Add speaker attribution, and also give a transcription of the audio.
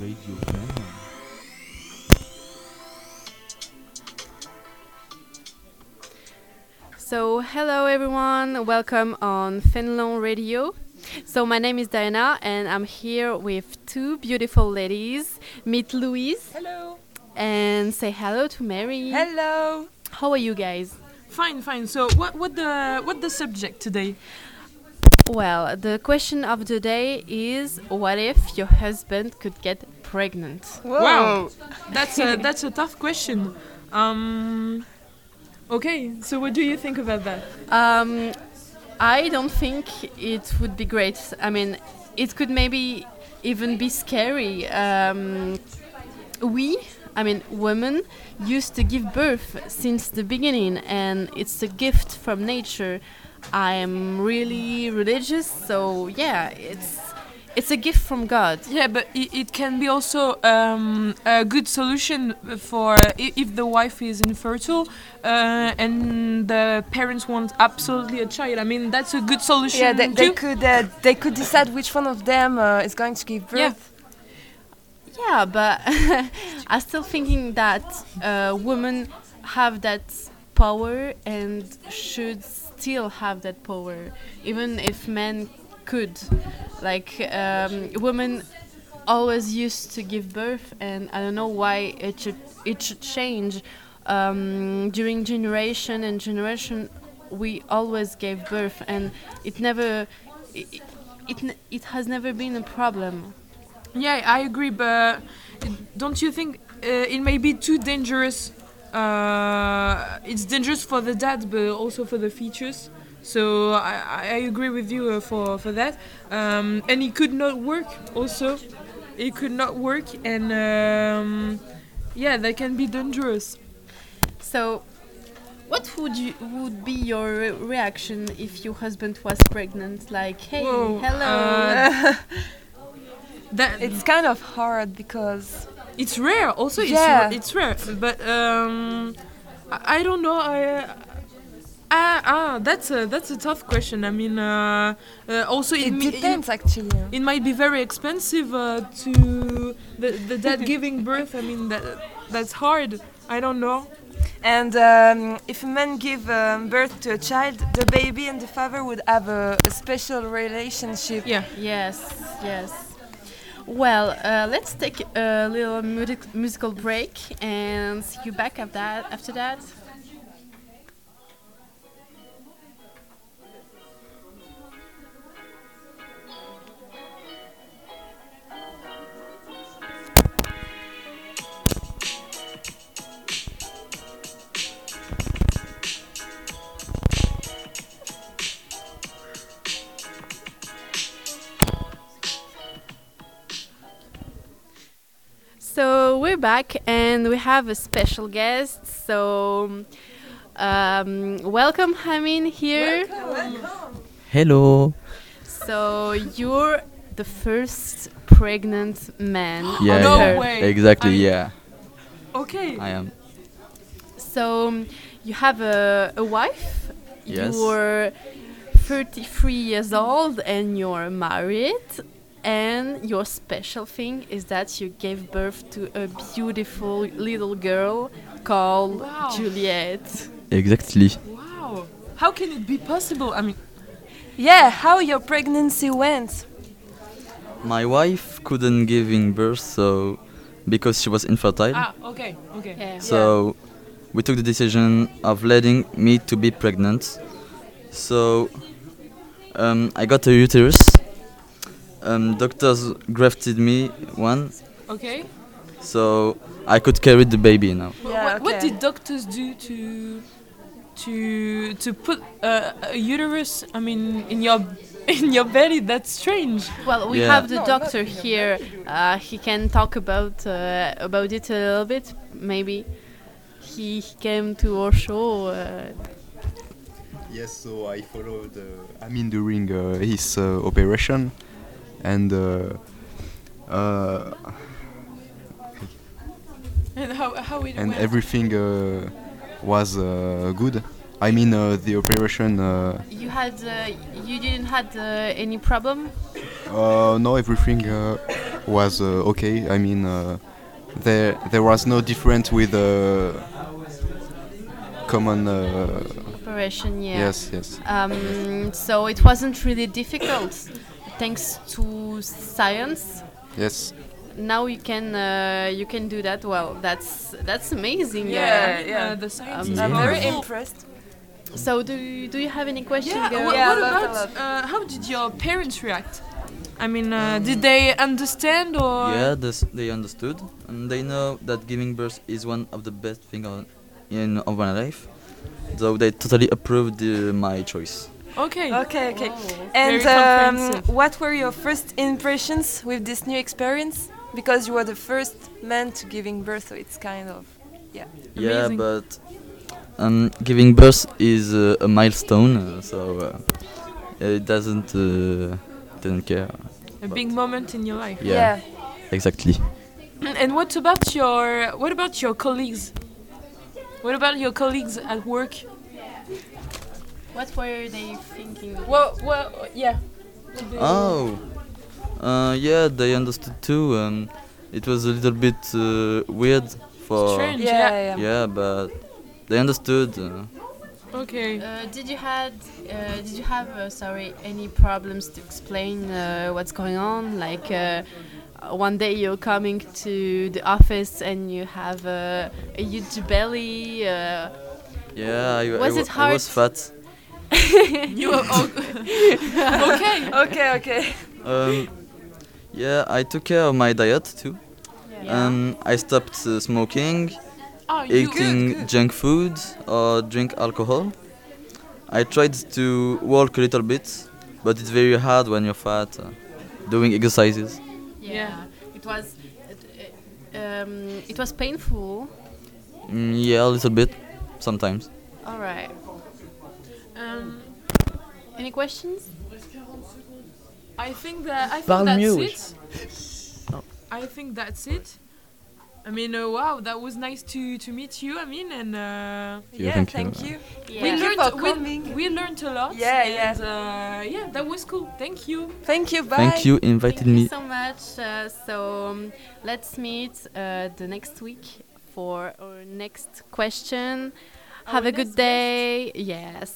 Speaker 1: Radio Venom.
Speaker 2: So, hello everyone, welcome on Finland Radio. So, my name is Diana and I'm here with two beautiful ladies. Meet Louise
Speaker 3: Hello.
Speaker 2: and say hello to Mary.
Speaker 3: Hello.
Speaker 2: How are you guys?
Speaker 3: Fine, fine. So what what the what the subject today?
Speaker 2: Well, the question of the day is what if your husband could get pregnant?
Speaker 3: Wow. That's a that's a tough question. Um Okay, so what do you think about that?
Speaker 2: Um, I don't think it would be great. I mean, it could maybe even be scary. Um, we, I mean, women, used to give birth since the beginning, and it's a gift from nature. I'm really religious, so yeah, it's it's a gift from God.
Speaker 3: Yeah, but it, it can be also um, a good solution for i- if the wife is infertile uh, and the parents want absolutely a child. I mean, that's a good solution
Speaker 4: Yeah, they, they
Speaker 3: too.
Speaker 4: could uh, they could decide which one of them uh, is going to give birth.
Speaker 3: Yeah.
Speaker 2: Yeah, but I'm still thinking that uh, women have that power and should still have that power, even if men could. Like, um, women always used to give birth, and I don't know why it should, it should change. Um, during generation and generation, we always gave birth, and it never. It, it, it, n- it has never been a problem.
Speaker 3: Yeah, I agree, but don't you think uh, it may be too dangerous? Uh, it's dangerous for the dad, but also for the features. So I, I- I agree with you uh, for for that. Um, and it could not work. Also, it could not work, and um, yeah, that can be dangerous.
Speaker 2: So, what would you would be your re- reaction if your husband was pregnant? Like, hey,
Speaker 3: Whoa,
Speaker 2: hello.
Speaker 3: uh, That
Speaker 4: It's kind of hard because
Speaker 3: It's rare. Also, it's
Speaker 4: Yeah.
Speaker 3: ra- it's rare. But um, I, I don't know. I. Ah, ah, that's a that's a tough question. I mean, uh, uh, also it,
Speaker 4: it
Speaker 3: mi-
Speaker 4: depends
Speaker 3: It,
Speaker 4: actually.
Speaker 3: it might be very expensive uh, to the the dad giving birth. I mean, that that's hard. I don't know.
Speaker 4: And um, if a man give um, birth to a child, the baby and the father would have a, a special relationship.
Speaker 3: Yeah.
Speaker 2: yes, yes. Well, uh, let's take a little music- musical break and see you back after that. After that. So we're back and we have a special guest. So, um, welcome Hamin here.
Speaker 5: Hello.
Speaker 2: So you're the first pregnant man
Speaker 5: Yeah,
Speaker 2: on
Speaker 3: Oh, no
Speaker 2: earth.
Speaker 3: way.
Speaker 5: Exactly.
Speaker 3: I-
Speaker 5: yeah,
Speaker 3: Okay.
Speaker 5: I am.
Speaker 2: So um, you have a, a wife.
Speaker 5: Yes.
Speaker 2: You're 33 years old and you're married. And your special thing is that you gave birth to a beautiful little girl called
Speaker 3: Wow.
Speaker 2: Juliet.
Speaker 5: Exactly.
Speaker 3: wow. How can it be possible? I mean,
Speaker 4: Yeah, how your pregnancy went?
Speaker 5: My wife couldn't give in birth, so because she was infertile.
Speaker 3: ah, okay, okay.
Speaker 2: Yeah.
Speaker 5: So we took the decision of letting me to be pregnant. So um, I got a uterus. Um, doctors grafted me one,
Speaker 3: Okay.
Speaker 5: so I could carry the baby now.
Speaker 3: Wha-
Speaker 4: Yeah,
Speaker 3: what, what
Speaker 4: okay.
Speaker 3: did doctors do to to to put uh, a uterus? I mean, in your in your belly? That's strange.
Speaker 2: Well, we
Speaker 5: Yeah.
Speaker 2: have the doctor here. Uh, he can talk about uh, about it a little bit, maybe. He he came to our show. Uh,
Speaker 6: Yes, so I followed uh, Amin during uh, his uh, operation, and uh, uh,
Speaker 3: And how how it
Speaker 6: and
Speaker 3: went?
Speaker 6: everything uh, was uh, good. I mean, uh, the operation. Uh,
Speaker 2: you had uh, you didn't had uh, any problem
Speaker 6: uh, no, everything. Uh, was uh, okay. I mean, uh, there there was no difference with uh, common. Uh,
Speaker 2: Operation, yeah.
Speaker 6: Yes, yes.
Speaker 2: Um, so it wasn't really difficult, thanks to science.
Speaker 6: Yes.
Speaker 2: Now you can uh, you can do that. Well, that's that's amazing.
Speaker 4: Yeah,
Speaker 3: Uh,
Speaker 4: yeah.
Speaker 3: the science.
Speaker 2: Um,
Speaker 3: is
Speaker 5: I'm
Speaker 3: wonderful.
Speaker 4: very
Speaker 5: very
Speaker 4: impressed.
Speaker 2: So do you, do you have any question,
Speaker 3: Yeah,
Speaker 2: girls?
Speaker 3: what,
Speaker 4: Yeah,
Speaker 3: what
Speaker 4: that's a
Speaker 3: about uh, how did your parents react? I mean, uh, did they understand or?
Speaker 5: Yeah, this, they understood, and they know that giving birth is one of the best things on, in of my life. So they totally approved uh, my choice.
Speaker 3: Okay.
Speaker 4: Okay, okay.
Speaker 2: Wow.
Speaker 3: Very
Speaker 4: And um,
Speaker 3: comprehensive.
Speaker 4: what were your first impressions with this new experience? Because you were the first man to giving birth, so it's kind of
Speaker 5: Yeah,
Speaker 3: Amazing.
Speaker 5: but um, giving birth is uh, a milestone, uh, so uh, it doesn't uh, doesn't care.
Speaker 3: A big moment in your life.
Speaker 5: Yeah, exactly.
Speaker 3: And what about your what about your colleagues? What about your colleagues at work?
Speaker 2: What were they thinking?
Speaker 3: Well, well, yeah.
Speaker 5: Oh, uh, yeah, they understood too. Um, it was a little bit uh, weird for
Speaker 4: yeah,
Speaker 3: Strange.
Speaker 4: yeah,
Speaker 3: Yeah.
Speaker 4: yeah.
Speaker 5: yeah, but they understood. Uh,
Speaker 3: Okay.
Speaker 2: Uh, did you had uh, did you have uh, sorry any problems to explain uh, what's going on? Like uh, one day you're coming to the office and you have uh, a huge belly. Uh,
Speaker 5: yeah, I, I
Speaker 2: Was
Speaker 5: wa-
Speaker 2: it
Speaker 5: I
Speaker 2: hard?
Speaker 5: was fat.
Speaker 3: You are o- okay?
Speaker 4: Okay, okay.
Speaker 5: Um, yeah, I took care of my diet too. Um, I stopped uh, smoking,
Speaker 3: Oh, you,
Speaker 5: eating junk food, or drink alcohol. I tried to walk a little bit, but it's very hard when you're fat. Uh, doing exercises.
Speaker 2: yeah.
Speaker 3: Yeah.
Speaker 2: it was it, it, um, it was painful.
Speaker 5: Mm, yeah, a little bit, sometimes.
Speaker 2: All right.
Speaker 3: Um,
Speaker 2: Any questions?
Speaker 3: I think that I think
Speaker 1: Parle
Speaker 3: that's
Speaker 1: mieux, oui.
Speaker 3: it. I think that's it. I mean, uh, wow, that was nice to to meet you. I mean, and uh,
Speaker 5: Yeah,
Speaker 4: yeah,
Speaker 5: thank you.
Speaker 4: thank you.
Speaker 3: we
Speaker 4: Thank
Speaker 2: Yeah.
Speaker 4: you
Speaker 3: learned
Speaker 4: for
Speaker 3: we,
Speaker 4: coming.
Speaker 3: we learned a lot.
Speaker 4: Yeah,
Speaker 3: and, yeah. Uh, yeah, that was cool. Thank you.
Speaker 4: Thank you, bye.
Speaker 5: Thank you,
Speaker 2: Thank
Speaker 5: invited
Speaker 2: you
Speaker 5: me.
Speaker 2: so much. Uh, so um, let's meet uh, the next week for our next question. Have a good day. Yes.